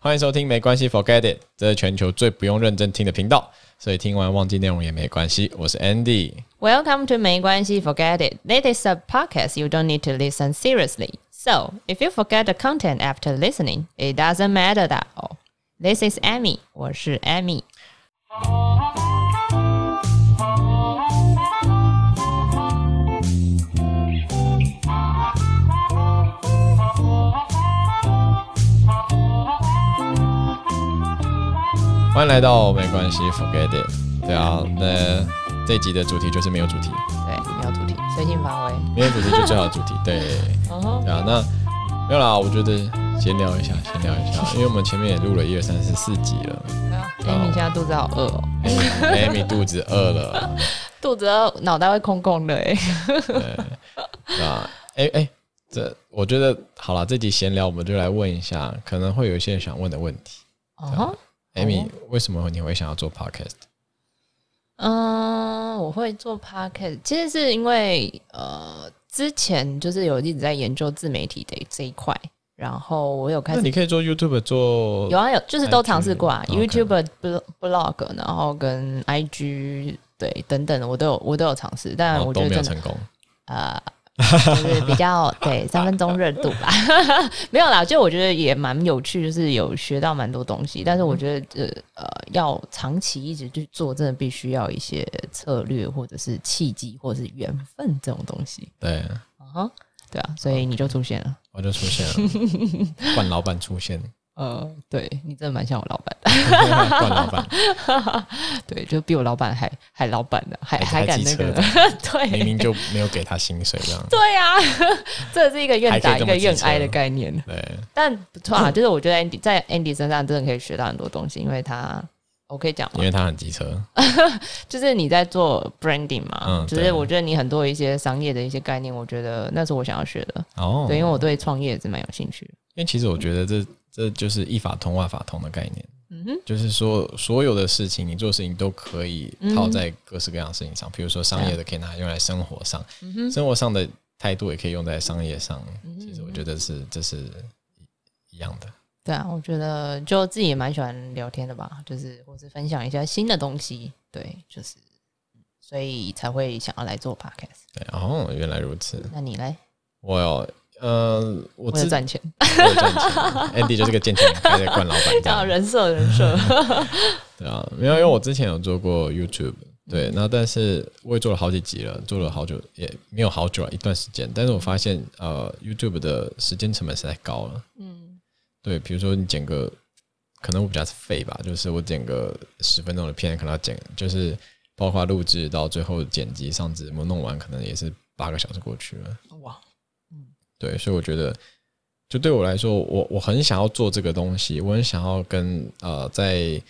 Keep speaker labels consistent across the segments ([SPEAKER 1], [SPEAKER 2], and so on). [SPEAKER 1] 欢迎收听，没关系，Forget It，这是全球最不用认真听的频道，所以听完忘记内容也没关系。我是 Andy，
[SPEAKER 2] Welcome to 没关系，Forget it. It is a podcast you don't need to listen seriously. So if you forget the content after listening, it doesn't matter at all. This is Amy，我是 Amy。
[SPEAKER 1] 欢迎来到没关系，Forget It。对啊，那这一集的主题就是没有主题，
[SPEAKER 2] 对，没有主题，随性发挥。
[SPEAKER 1] 没有主题就最好的主题。对，
[SPEAKER 2] 嗯哼，
[SPEAKER 1] 对啊，那没有啦，我觉得闲聊一下，闲聊一下，因为我们前面也录了一二三四四集了。
[SPEAKER 2] Amy 现在肚子好饿哦，
[SPEAKER 1] Amy 肚子饿了，
[SPEAKER 2] 肚子饿，脑袋会空空的哎。
[SPEAKER 1] 对吧？哎、哎、这我觉得好了，这集闲聊我们就来问一下，可能会有一些想问的问题。
[SPEAKER 2] 嗯哼，
[SPEAKER 1] Amy，、为什么你会想要做 podcast？
[SPEAKER 2] 嗯，我会做 podcast，其实是因为呃，之前就是有一直在研究自媒体的这一块，然后我有开
[SPEAKER 1] 那
[SPEAKER 2] 始
[SPEAKER 1] 你可以做 YouTube 做，
[SPEAKER 2] 有啊有，就是都尝试过啊
[SPEAKER 1] IG
[SPEAKER 2] ，YouTube、blo- blog，然后跟 IG 对等等的，我都有哦我都有尝试，但
[SPEAKER 1] 然
[SPEAKER 2] 啊我
[SPEAKER 1] 后
[SPEAKER 2] 觉
[SPEAKER 1] 哦都
[SPEAKER 2] 得
[SPEAKER 1] 没有
[SPEAKER 2] 真的
[SPEAKER 1] 成功。
[SPEAKER 2] 呃，就是 比较对三分钟热度吧， 没有啦，就我觉得也蛮有趣，就是有学到蛮多东西，但是我觉得呃呃要长期一直去做，真的必须要一些策略或者是契机或者是缘分这种东西
[SPEAKER 1] 对，
[SPEAKER 2] 啊哈，对啊，所以你就出现了。
[SPEAKER 1] 我就出现了， 冠老板出现，
[SPEAKER 2] 呃，对你真的蛮像我老板的。
[SPEAKER 1] 冠老板
[SPEAKER 2] 对，就比我老板还还老板的，还
[SPEAKER 1] 还
[SPEAKER 2] 还敢
[SPEAKER 1] 机
[SPEAKER 2] 那
[SPEAKER 1] 车
[SPEAKER 2] 个
[SPEAKER 1] 的，明
[SPEAKER 2] 对
[SPEAKER 1] 明就没有给他薪水这样。
[SPEAKER 2] 对啊， 这是一个愿打
[SPEAKER 1] 还可以
[SPEAKER 2] 一
[SPEAKER 1] 这么
[SPEAKER 2] 个愿
[SPEAKER 1] 机车
[SPEAKER 2] 挨的概 念。
[SPEAKER 1] 对，
[SPEAKER 2] 但不错啊，就是我觉得 Andy 在 Andy 身上真的可以学到很多东西，因为他我可以讲
[SPEAKER 1] 因
[SPEAKER 2] 吗？
[SPEAKER 1] 为他很机车，
[SPEAKER 2] 就是你在做 branding 嘛，
[SPEAKER 1] 嗯
[SPEAKER 2] 就是
[SPEAKER 1] 对
[SPEAKER 2] 我觉得你很多一些商业的一些概念，我觉得那是我想要学的。
[SPEAKER 1] 哦，
[SPEAKER 2] 对，因为我对创业也是蛮有兴趣的。
[SPEAKER 1] 因为其实我觉得这这就是一法通万法通的概念，
[SPEAKER 2] 嗯哼，
[SPEAKER 1] 就是说所有的事情你做事情都可以套在各式各样的事情上，比如说商业的可以拿来用来生活上，
[SPEAKER 2] 嗯哼，
[SPEAKER 1] 生活上的态度也可以用在商业上。
[SPEAKER 2] 嗯
[SPEAKER 1] 其实我觉得是这是一一样的，
[SPEAKER 2] 对啊，我觉得就自己也蛮喜欢聊天的吧，就是或是分享一下新的东西，对，就是所以才会想要来做 podcast。
[SPEAKER 1] 对。哦，原来如此。
[SPEAKER 2] 那你嘞？
[SPEAKER 1] 我有，呃，我
[SPEAKER 2] 为
[SPEAKER 1] 自
[SPEAKER 2] 了 赚钱，
[SPEAKER 1] 我有赚 钱，Andy 就是个见钱眼开的惯老板这
[SPEAKER 2] 啊，
[SPEAKER 1] 样。
[SPEAKER 2] 人设人设，
[SPEAKER 1] 对啊，没有，因为我之前有做过 YouTube，对，
[SPEAKER 2] 嗯
[SPEAKER 1] 那但是我也做了好几集了，做了好久，也没有好久啊了，一段时间。但是我发现，呃，YouTube 的时间成本实在高了。
[SPEAKER 2] 嗯，
[SPEAKER 1] 对，比如说你剪个，可能我比较废吧，就是我剪个十分钟的片，可能要剪，就是包括录制到最后剪辑上字幕弄完，可能也是八个小时过去了。
[SPEAKER 2] 哇，
[SPEAKER 1] 对，所以我觉得，就对我来说，我我很想要做这个东西，我很想要跟呃在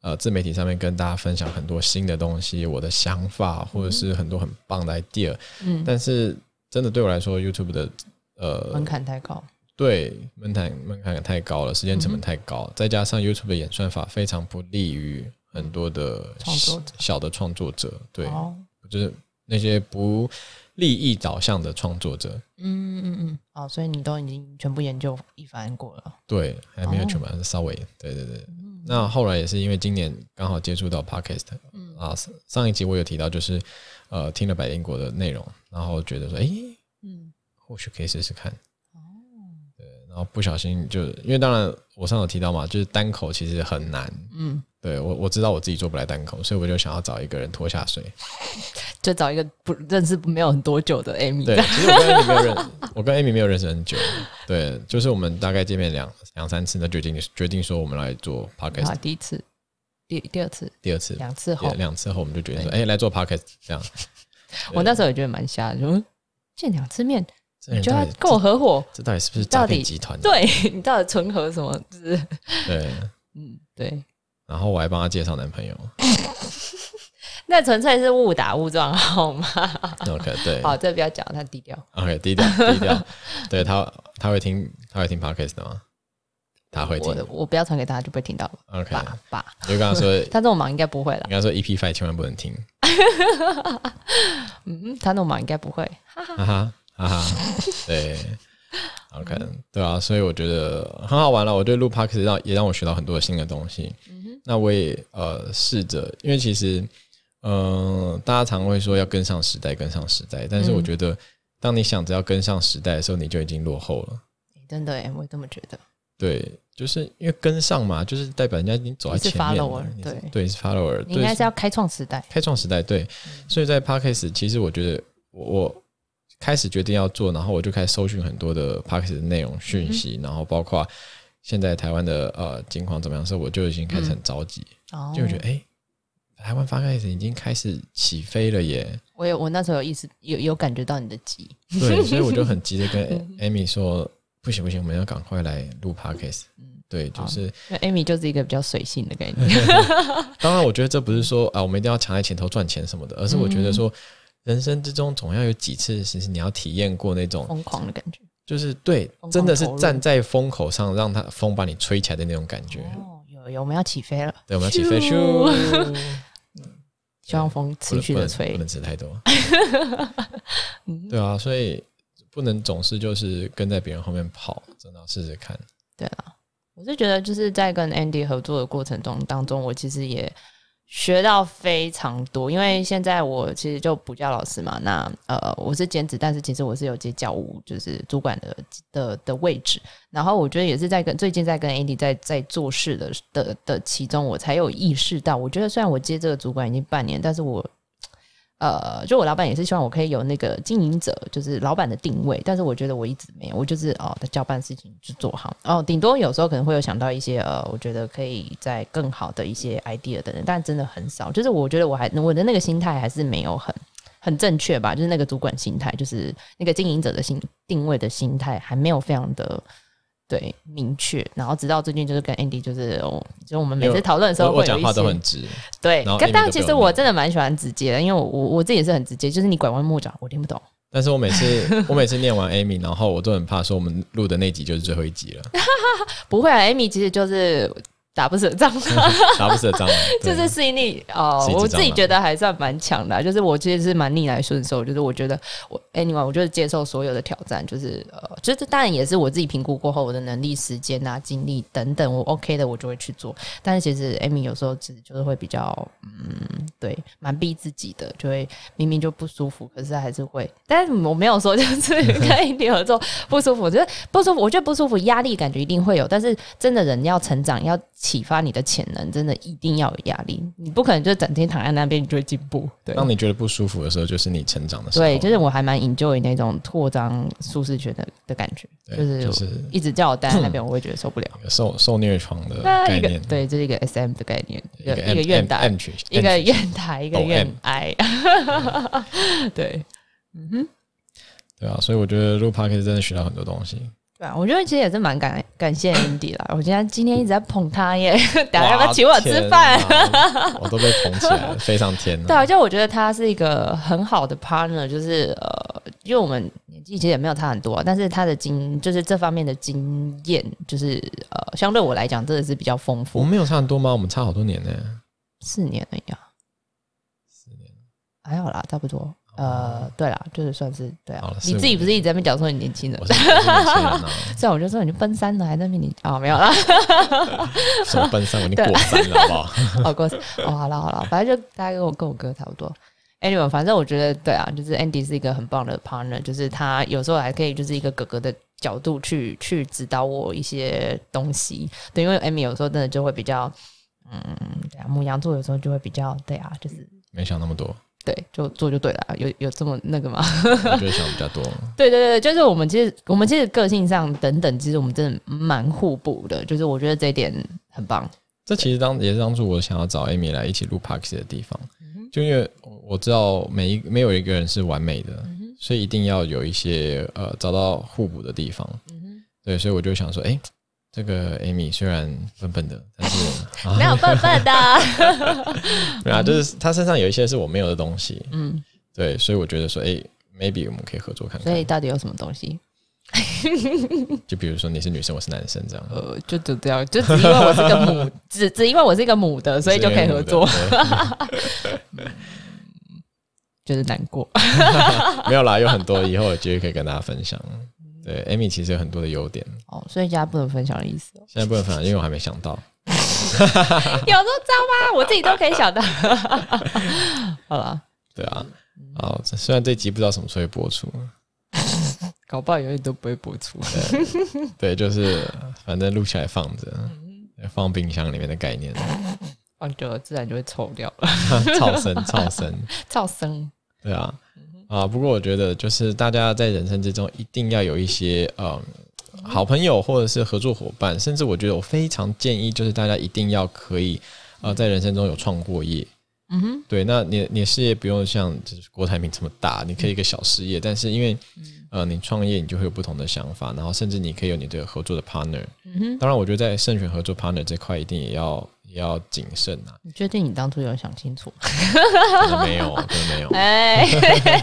[SPEAKER 1] 呃自媒体上面跟大家分享很多新的东西，我的想法或者是很多很棒的 idea，、
[SPEAKER 2] 嗯，
[SPEAKER 1] 但是真的对我来说，YouTube 的呃
[SPEAKER 2] 门槛太高，
[SPEAKER 1] 对门槛门槛太高了，时间成本太高，再加上 YouTube 的演算法非常不利于很多的
[SPEAKER 2] 创作者
[SPEAKER 1] 小的创作者，对，
[SPEAKER 2] 哦，
[SPEAKER 1] 就是那些不利益导向的创作者，
[SPEAKER 2] 嗯嗯嗯，哦，所以你都已经全部研究一番过了，
[SPEAKER 1] 对，还没有
[SPEAKER 2] 哦
[SPEAKER 1] 全版，稍微，对对对。那后来也是因为今年刚好接触到 podcast，啊，上一集我有提到，就是呃听了百灵果的内容，然后觉得说，诶，
[SPEAKER 2] 嗯，
[SPEAKER 1] 或许可以试试看。
[SPEAKER 2] 哦
[SPEAKER 1] 对，然后不小心就，因为当然我上有提到嘛，就是单口其实很难，
[SPEAKER 2] 嗯，
[SPEAKER 1] 对我我知道我自己做不来单口，所以我就想要找一个人拖下水。
[SPEAKER 2] 就找一个不认识没有很多久的 Amy，
[SPEAKER 1] 对，其实我跟 Amy 没有认，我跟 Amy 没有认识很久，对，就是我们大概见面两两三次，那决定决定说我们来做
[SPEAKER 2] 啊，
[SPEAKER 1] podcast
[SPEAKER 2] 第一次，第第二次，
[SPEAKER 1] 第二次，
[SPEAKER 2] 两次
[SPEAKER 1] 对
[SPEAKER 2] 后，
[SPEAKER 1] 两次后我们就决定说，哎、来做 podcast 这样。
[SPEAKER 2] 我那时候也觉得蛮瞎的，就嗯见两次面
[SPEAKER 1] 这人
[SPEAKER 2] 就
[SPEAKER 1] 到
[SPEAKER 2] 要
[SPEAKER 1] 底
[SPEAKER 2] 跟我合伙，
[SPEAKER 1] 这到底是不是诈
[SPEAKER 2] 到底
[SPEAKER 1] 骗集团？啊
[SPEAKER 2] 对 你到底存合什么？ 就是
[SPEAKER 1] 对，
[SPEAKER 2] 嗯，对，
[SPEAKER 1] 然后我还帮她介绍男 朋友。
[SPEAKER 2] 那纯粹是误打误撞，好吗？
[SPEAKER 1] OK，对
[SPEAKER 2] 好，这不要讲，太低调。
[SPEAKER 1] ，OK，低 调低调。对他，他会听，他会听 podcast 的吗？他会听
[SPEAKER 2] 我。我不要传给他，就被听到了。
[SPEAKER 1] OK，
[SPEAKER 2] 爸爸，
[SPEAKER 1] 就跟他说，
[SPEAKER 2] 他这种忙应该不会了
[SPEAKER 1] 应。该说 EP five 千万不能听，
[SPEAKER 2] 嗯，他那种忙应该不会。
[SPEAKER 1] 哈哈哈哈。对，然后可能对啊，所以我觉得很好玩了。我对录 podcast 让也让我学到很多新的东西。
[SPEAKER 2] 嗯
[SPEAKER 1] 那我也呃试着，因为其实嗯、呃大家常会说要跟上时代，跟上时代，但是我
[SPEAKER 2] 嗯
[SPEAKER 1] 觉得当你想着要跟上时代的时候，你就已经落后了。
[SPEAKER 2] 真的耶，我也这么觉得。
[SPEAKER 1] 对，就是因为跟上嘛，就是代表人家已经走在
[SPEAKER 2] 你是
[SPEAKER 1] 前面了
[SPEAKER 2] follower，。
[SPEAKER 1] 你是
[SPEAKER 2] 对
[SPEAKER 1] 对，是 follower，
[SPEAKER 2] 你应该
[SPEAKER 1] 对
[SPEAKER 2] 是要开创时代，
[SPEAKER 1] 开创时代，对。所以在 Podcast，其实我觉得我我开始决定要做，然后我就开始搜寻很多的 Podcast 的内容讯
[SPEAKER 2] 嗯
[SPEAKER 1] 息，然后包括现在台湾的呃境况怎么样，所以我就已经开始很着急，
[SPEAKER 2] 哦
[SPEAKER 1] 就会觉得哎、诶台湾 Podcast 已经开始起飞了 耶，
[SPEAKER 2] 我有我那时候有意识有有感觉到你的急，
[SPEAKER 1] 对，所以我就很急的跟 Amy 说，不行不行，我们要赶快来录 Podcast。
[SPEAKER 2] 嗯
[SPEAKER 1] 对，就
[SPEAKER 2] 好
[SPEAKER 1] 是
[SPEAKER 2] 因为 Amy 就是一个比较随性的概念，
[SPEAKER 1] 当然，我觉得这不是说啊，我们一定要抢在前头赚钱什么的，而是我觉得说，
[SPEAKER 2] 嗯
[SPEAKER 1] 人生之中总要有几次，其实你要体验过那种，
[SPEAKER 2] 疯狂的感觉。
[SPEAKER 1] 就是对
[SPEAKER 2] 疯狂，
[SPEAKER 1] 真的是
[SPEAKER 2] 投入
[SPEAKER 1] 站在风口上，让它风把你吹起来的那种感觉。
[SPEAKER 2] 哦，有有，我们要起飞了，
[SPEAKER 1] 对，我们要起飞，
[SPEAKER 2] 咻
[SPEAKER 1] 咻！
[SPEAKER 2] 希望风持续的
[SPEAKER 1] 不能不能不。
[SPEAKER 2] 吹嗯
[SPEAKER 1] 能吃太 多。对啊，所以不能总是就是跟在别人后面跑，真的要试试看。
[SPEAKER 2] 对啊，我是觉得就是在跟 Andy 合作的过程中当中，我其实也学到非常多，因为现在我其实就补教老师嘛，那呃我是兼职，但是其实我是有接教务，就是主管的的的位置。然后我觉得也是在跟最近在跟 Andy 在在做事的的的其中，我才有意识到，我觉得虽然我接这个主管已经半年，但是我。呃，就我老板也是希望我可以有那个经营者，就是老板的定位，但是我觉得我一直没有，我就是哦，交办事情就做好，哦，顶多有时候可能会有想到一些呃，我觉得可以在更好的一些 idea 等等，但真的很少，就是我觉得我还我的那个心态还是没有很很正确吧，就是那个主管心态，就是那个经营者的心定位的心态还没有非常的。对，明确。然后直到最近，就是跟 Andy，就是哦，就是我们每
[SPEAKER 1] 因为
[SPEAKER 2] 次讨论的时
[SPEAKER 1] 我
[SPEAKER 2] 候，
[SPEAKER 1] 我
[SPEAKER 2] 会有
[SPEAKER 1] 讲
[SPEAKER 2] 一
[SPEAKER 1] 话都
[SPEAKER 2] 些
[SPEAKER 1] 很直，
[SPEAKER 2] 对
[SPEAKER 1] 然后，
[SPEAKER 2] 但
[SPEAKER 1] Amy
[SPEAKER 2] 但
[SPEAKER 1] 就
[SPEAKER 2] 其
[SPEAKER 1] 被
[SPEAKER 2] 实
[SPEAKER 1] 我
[SPEAKER 2] 我
[SPEAKER 1] 弄
[SPEAKER 2] 真的蛮喜欢直接的，因为我我我自己也是很直接，就是你拐弯抹角，我听不懂。
[SPEAKER 1] 但是我每 次我每次念完 Amy，然后我都很怕说我们录的那集就是最后一集 了，
[SPEAKER 2] 不会啊，Amy 其实就是打不死的蟑螂，
[SPEAKER 1] 打不死的蟑螂。
[SPEAKER 2] 就
[SPEAKER 1] 对
[SPEAKER 2] 是适应力哦
[SPEAKER 1] 是，一只
[SPEAKER 2] 我自己
[SPEAKER 1] 蟑螂
[SPEAKER 2] 觉得还算蛮强的啊、就是我其实是蛮逆来顺受，就是我觉得我 anyway，我就是接受所有的挑战，就是呃，就是当然也是我自己评估过后我的能力、时间啊、精力等等，我 OK 的我就会去做。但是其实 Amy 有时候只就是会比较嗯，对，蛮逼自己的，就会明明就不舒服，可是还是会。但是我没有说就是 跟 Andy 合作不舒服，就是不舒服。我觉得不舒服，压力感觉一定会有。但是真的人要成长，要启发你的潜能，真的一定要有压力。你不可能就整天躺在那边，你就会进步。对，
[SPEAKER 1] 当你觉得不舒服的时候，嗯就是你成长的时候。
[SPEAKER 2] 对，就是我还蛮 enjoy 那种扩张舒适圈的的感觉，
[SPEAKER 1] 对
[SPEAKER 2] 就是
[SPEAKER 1] 就是
[SPEAKER 2] 一直叫我待在那边， 我会觉得受不了。
[SPEAKER 1] 有受受虐床的
[SPEAKER 2] 那
[SPEAKER 1] 概
[SPEAKER 2] 一个
[SPEAKER 1] 念，，
[SPEAKER 2] 对，这是一个 SM 的概念，一
[SPEAKER 1] 一
[SPEAKER 2] 个
[SPEAKER 1] 个
[SPEAKER 2] 一
[SPEAKER 1] M,
[SPEAKER 2] 个愿打
[SPEAKER 1] M 群，
[SPEAKER 2] 一个
[SPEAKER 1] M 群
[SPEAKER 2] 愿打，一个
[SPEAKER 1] 抖
[SPEAKER 2] 愿
[SPEAKER 1] M
[SPEAKER 2] 挨。 对，
[SPEAKER 1] 对啊，所以我觉得录 p o d c a s 真的学到很多东西。
[SPEAKER 2] 对啊，我觉得其实也是蛮感 感谢 Andy 啦。我今天今天一直在捧他耶， 等下要不要请我吃饭？
[SPEAKER 1] 哇？天哪我都被捧起来了，非常甜
[SPEAKER 2] 对
[SPEAKER 1] 啊。
[SPEAKER 2] 啊，就我觉得他是一个很好的 partner，就是呃，因为我们年纪其实也没有差很多啊、但是他的经就是这方面的经验，就是呃，相对我来讲真的是比较丰
[SPEAKER 1] 我
[SPEAKER 2] 富
[SPEAKER 1] 们。没有差很多吗？我们差好多年呢。
[SPEAKER 2] 四年而已啊，
[SPEAKER 1] 四年哦
[SPEAKER 2] 还好啦，差不多。呃，对啦，就是算是对
[SPEAKER 1] 好
[SPEAKER 2] 啊
[SPEAKER 1] 了。
[SPEAKER 2] 你
[SPEAKER 1] 四五
[SPEAKER 2] 自己不是一直在那边讲说你年轻人
[SPEAKER 1] 我？是我是年轻 人啊，
[SPEAKER 2] 虽然我就说你就奔三了， 还在那边你啊、没有啦。
[SPEAKER 1] 什么奔三，我已经过三了，好不好？
[SPEAKER 2] 哦，过世哦，好了好了，反正就大概跟我跟我哥差不多。Anyway，反正我觉得对啊，就是 Andy 是一个很棒的 partner，就是他有时候还可以就是一个哥哥的角度去去指导我一些东西。对，因为 Amy 有时候真的就会比较，嗯，对啊，母羊座有时候就会比较，对啊，就是
[SPEAKER 1] 没想那么多，
[SPEAKER 2] 对，就做就对了，啊有有这么那个吗？
[SPEAKER 1] 我觉得想比较多。
[SPEAKER 2] 对对对，就是我们其实我们其实个性上等等，其实我们真的蛮互补的，就是我觉得这一点很棒。
[SPEAKER 1] 这其实当也是当初我想要找 Amy 来一起录 Parks 的地方，
[SPEAKER 2] 嗯
[SPEAKER 1] 就因为我我知道每一没有一个人是完美的，
[SPEAKER 2] 嗯
[SPEAKER 1] 所以一定要有一些呃找到互补的地方。对，所以我就想说，哎、这个 Amy 虽然笨笨的，但是 啊
[SPEAKER 2] 没有笨笨的，
[SPEAKER 1] 没有啊，就是她身上有一些是我没有的东西。
[SPEAKER 2] 嗯，
[SPEAKER 1] 对，所以我觉得说，哎、m a y b e 我们可以合作看
[SPEAKER 2] 所以
[SPEAKER 1] 看。
[SPEAKER 2] 到底有什么东西？
[SPEAKER 1] 就比如说你是女生，我是男生这样，
[SPEAKER 2] 呃，就就这样，就只因为我是个母，只 只因为我是一个母的，所以就可以合作，
[SPEAKER 1] 是因为你的。
[SPEAKER 2] 就是难过。
[SPEAKER 1] 对没有啦，有很多以后有机会可以跟大家分享。对，Amy 其实有很多的优点，
[SPEAKER 2] 哦，所以现在不能分享的意思哦。
[SPEAKER 1] 现在不能分享，因为我还没想到。
[SPEAKER 2] 有时候知道吗？我自己都可以想 到。好了，
[SPEAKER 1] 对啊，好，虽然这集不知道什么时候会播出，
[SPEAKER 2] 搞不好永远都不会播出。
[SPEAKER 1] 对，就是反正录起来放着，放冰箱里面的概念，
[SPEAKER 2] 放久了自然就会臭掉了，
[SPEAKER 1] 噪声，噪声，
[SPEAKER 2] 噪声。
[SPEAKER 1] 对啊，
[SPEAKER 2] 嗯
[SPEAKER 1] 啊，不过我觉得就是大家在人生之中一定要有一些嗯。好朋友或者是合作伙伴，甚至我觉得我非常建议，就是大家一定要可以，呃，在人生中有创过业，
[SPEAKER 2] 嗯哼，
[SPEAKER 1] 对，那你你的事业不用像就是郭台铭这么大，你可以一个小事
[SPEAKER 2] 嗯
[SPEAKER 1] 业，但是因为呃你创业，你就会有不同的想法，然后甚至你可以有你的合作的 partner。
[SPEAKER 2] 嗯哼，。
[SPEAKER 1] 当然，我觉得在慎选合作 partner 这块，一定也要也要谨慎啊
[SPEAKER 2] 你确定你当初有想清楚吗？
[SPEAKER 1] 可能没有，真的没有。
[SPEAKER 2] 哎，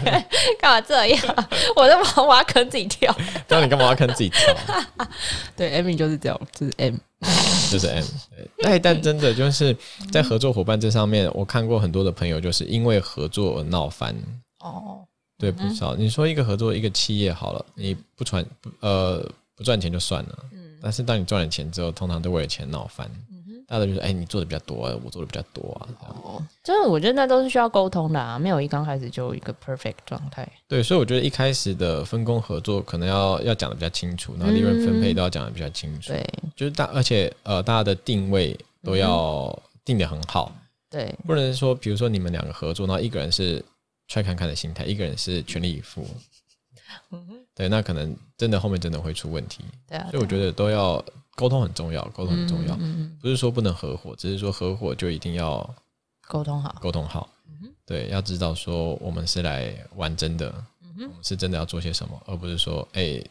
[SPEAKER 2] 干嘛这样？我在忙挖坑自己跳。
[SPEAKER 1] 那你干嘛要坑自己跳？
[SPEAKER 2] 对，Amy 就是这样，就是 M。
[SPEAKER 1] 就是 M。对哎，但真的就是在合作伙伴这上面，我看过很多的朋友就是因为合作而闹翻。
[SPEAKER 2] 哦，
[SPEAKER 1] 对，不少。你说一个合作一个企业好了，你不传不呃不赚钱就算了，但是当你赚了钱之后，通常都为了钱闹翻。大家都觉得，哎、你做的比较多、啊，我做的比较多啊。这样
[SPEAKER 2] 就是我觉得那都是需要沟通的啊，没有一刚开始就有一个 perfect 状态。
[SPEAKER 1] 对，所以我觉得一开始的分工合作可能要要讲的比较清楚，然后利润分配都要讲的比较清楚。
[SPEAKER 2] 嗯对
[SPEAKER 1] 就是大，而且呃，大家的定位都要定的很好，
[SPEAKER 2] 对，
[SPEAKER 1] 不能说，比如说你们两个合作，然后一个人是踹看看的心态，一个人是全力以赴。
[SPEAKER 2] 嗯
[SPEAKER 1] 对，那可能真的后面真的会出问题，
[SPEAKER 2] 对啊
[SPEAKER 1] 所以。我觉得都要沟通很重要，沟通很重要，
[SPEAKER 2] 嗯，
[SPEAKER 1] 不是说不能合伙，只是说合伙就一定要
[SPEAKER 2] 沟通好。
[SPEAKER 1] 沟通好。
[SPEAKER 2] 嗯
[SPEAKER 1] 对，要知道说我们是来玩真的，
[SPEAKER 2] 嗯
[SPEAKER 1] 我们是真的要做些什么，而不是说哎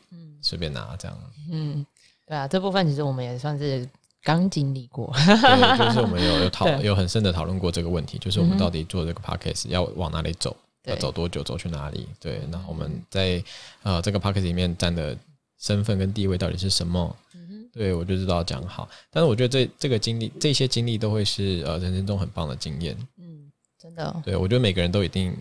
[SPEAKER 1] 随便拿这样。
[SPEAKER 2] 嗯，对啊，这部分其实我们也算是刚经历过。
[SPEAKER 1] 对，就是我们有有讨
[SPEAKER 2] 对嗯
[SPEAKER 1] 有很深的讨论过这个问题，就是我们到底做这个 podcast 要往哪里走，
[SPEAKER 2] 对嗯
[SPEAKER 1] 要走多久，走去哪里？对，那我们在呃这个 podcast 里面占的身份跟地位到底是什么？
[SPEAKER 2] 嗯
[SPEAKER 1] 对，我就知道讲好，但是我觉得这这个经历，这些经历都会是呃人生中很棒的经验。
[SPEAKER 2] 嗯，真的哦，
[SPEAKER 1] 对我觉得每个人都一定，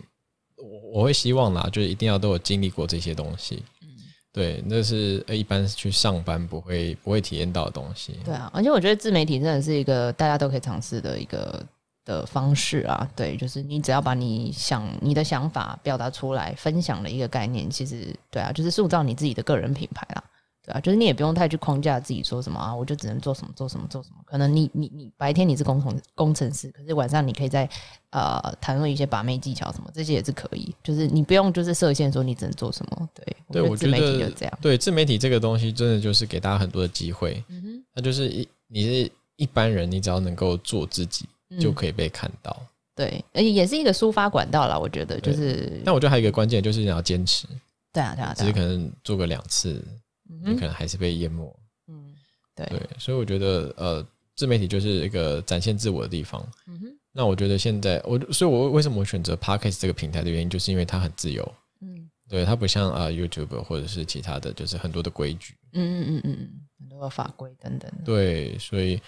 [SPEAKER 1] 我我会希望啦，就是一定要都有经历过这些东西。
[SPEAKER 2] 嗯
[SPEAKER 1] 对，那是呃一般去上班不会不会体验到的东西。
[SPEAKER 2] 对啊，而且我觉得自媒体真的是一个大家都可以尝试的一个的方式啊。对，就是你只要把你想你的想法表达出来，分享的一个概念，其实对啊，就是塑造你自己的个人品牌啦。对啊，就是你也不用太去框架自己说什么啊，我就只能做什么做什么做什么。可能你你你白天你是工程工程师，可是晚上你可以在呃谈论一些把妹技巧什么，这些也是可以。就是你不用就是设限说你只能做什么。对，
[SPEAKER 1] 对，我
[SPEAKER 2] 自
[SPEAKER 1] 觉
[SPEAKER 2] 媒体
[SPEAKER 1] 得
[SPEAKER 2] 就这样。
[SPEAKER 1] 对自媒体这个东西，真的就是给大家很多的机会。
[SPEAKER 2] 嗯哼
[SPEAKER 1] 那就是一你是一般人，你只要能够做自己，
[SPEAKER 2] 嗯
[SPEAKER 1] 就可以被看到。
[SPEAKER 2] 对，而且也是一个抒发管道啦，我觉得就
[SPEAKER 1] 对
[SPEAKER 2] 是
[SPEAKER 1] 但我觉得还有一个关键就是你要坚持，
[SPEAKER 2] 对啊，对啊，
[SPEAKER 1] 只是
[SPEAKER 2] 对啊，
[SPEAKER 1] 可能做个两次，你
[SPEAKER 2] 嗯
[SPEAKER 1] 可
[SPEAKER 2] 哼
[SPEAKER 1] 能还是被淹没。
[SPEAKER 2] 嗯，对，
[SPEAKER 1] 对，所以我觉得呃，自媒体就是一个展现自我的地方。
[SPEAKER 2] 嗯哼，
[SPEAKER 1] 那我觉得现在我，所以我为什么我选择 podcast 这个平台的原因，就是因为它很自由。
[SPEAKER 2] 嗯
[SPEAKER 1] 对，它不像啊、呃 YouTube 或者是其他的，就是很多的规矩。
[SPEAKER 2] 嗯嗯嗯嗯嗯，很多法规等等的，
[SPEAKER 1] 对，所以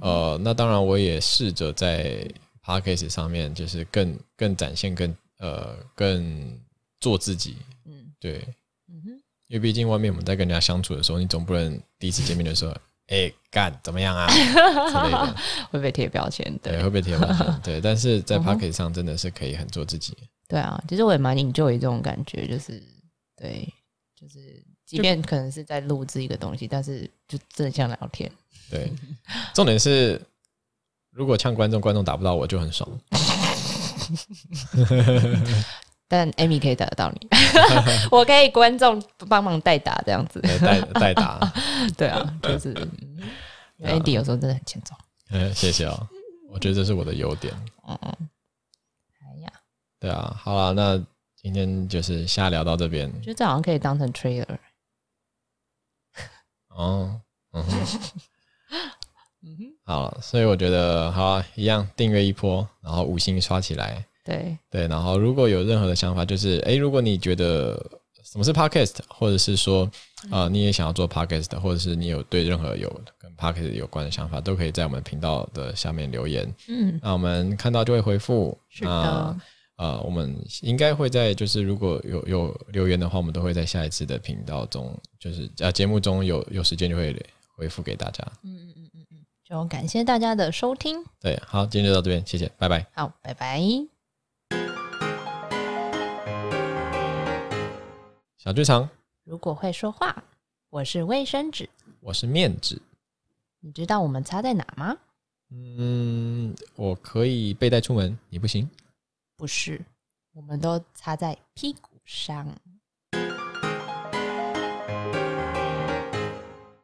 [SPEAKER 1] 呃，那当然我也试着在 podcast 上面，就是更更展现更呃更做自己。
[SPEAKER 2] 嗯
[SPEAKER 1] 对，
[SPEAKER 2] 嗯哼，
[SPEAKER 1] 因为毕竟外面我们在跟人家相处的时候，你总不能第一次见面的时候，哎、干怎么样啊 之类 的，
[SPEAKER 2] 会被贴标签，
[SPEAKER 1] 对，啊
[SPEAKER 2] 对
[SPEAKER 1] 会被贴标签。对，但是在
[SPEAKER 2] 嗯哼
[SPEAKER 1] podcast 上真的是可以很做自己。
[SPEAKER 2] 对啊，其实我也蛮 enjoy 这种感觉，就是对，就是即便可能是在录制一个东西，但是就真的像聊天，
[SPEAKER 1] 对，重点是如果呛观众，观众打不到我就很爽。
[SPEAKER 2] 但 Amy 可以打得到 你，我可以观众帮忙代打这样子，
[SPEAKER 1] 对代代打，
[SPEAKER 2] 对啊， 就是嗯 Andy 有时候真的很欠揍，
[SPEAKER 1] 嗯，谢谢哦，我觉得这是我的优点。
[SPEAKER 2] 嗯嗯，哎呀。
[SPEAKER 1] 对啊，好啦，那今天就是瞎聊到这边
[SPEAKER 2] 我觉得这好像可以当成 trailer。
[SPEAKER 1] 哦。嗯哼，
[SPEAKER 2] 嗯哼，
[SPEAKER 1] 好了，所以我觉得好啊，一样订阅一波，然后五星刷起来。
[SPEAKER 2] 对，
[SPEAKER 1] 对，然后如果有任何的想法，就是诶，如果你觉得什么是 podcast，或者是说
[SPEAKER 2] 嗯
[SPEAKER 1] 呃你也想要做 podcast，或者是你有对任何有跟 podcast 有关的想法，都可以在我们频道的下面留言。
[SPEAKER 2] 嗯，
[SPEAKER 1] 那我们看到就会回复。
[SPEAKER 2] 是的
[SPEAKER 1] 那呃，我们应该会在就是如果有有留言的话，我们都会在下一次的频道中，就是呃节目中有有时间就会回复给大家。
[SPEAKER 2] 嗯嗯嗯嗯嗯，就感谢大家的收听，
[SPEAKER 1] 对，好，今天就到这边，谢谢，拜拜。
[SPEAKER 2] 好，拜拜。
[SPEAKER 1] 小剧场，
[SPEAKER 2] 如果会说话，我是卫生纸，
[SPEAKER 1] 我是面子，
[SPEAKER 2] 你知道我们擦在哪吗？
[SPEAKER 1] 嗯，我可以被带出门，你不行。
[SPEAKER 2] 不是，我们都擦在屁股上。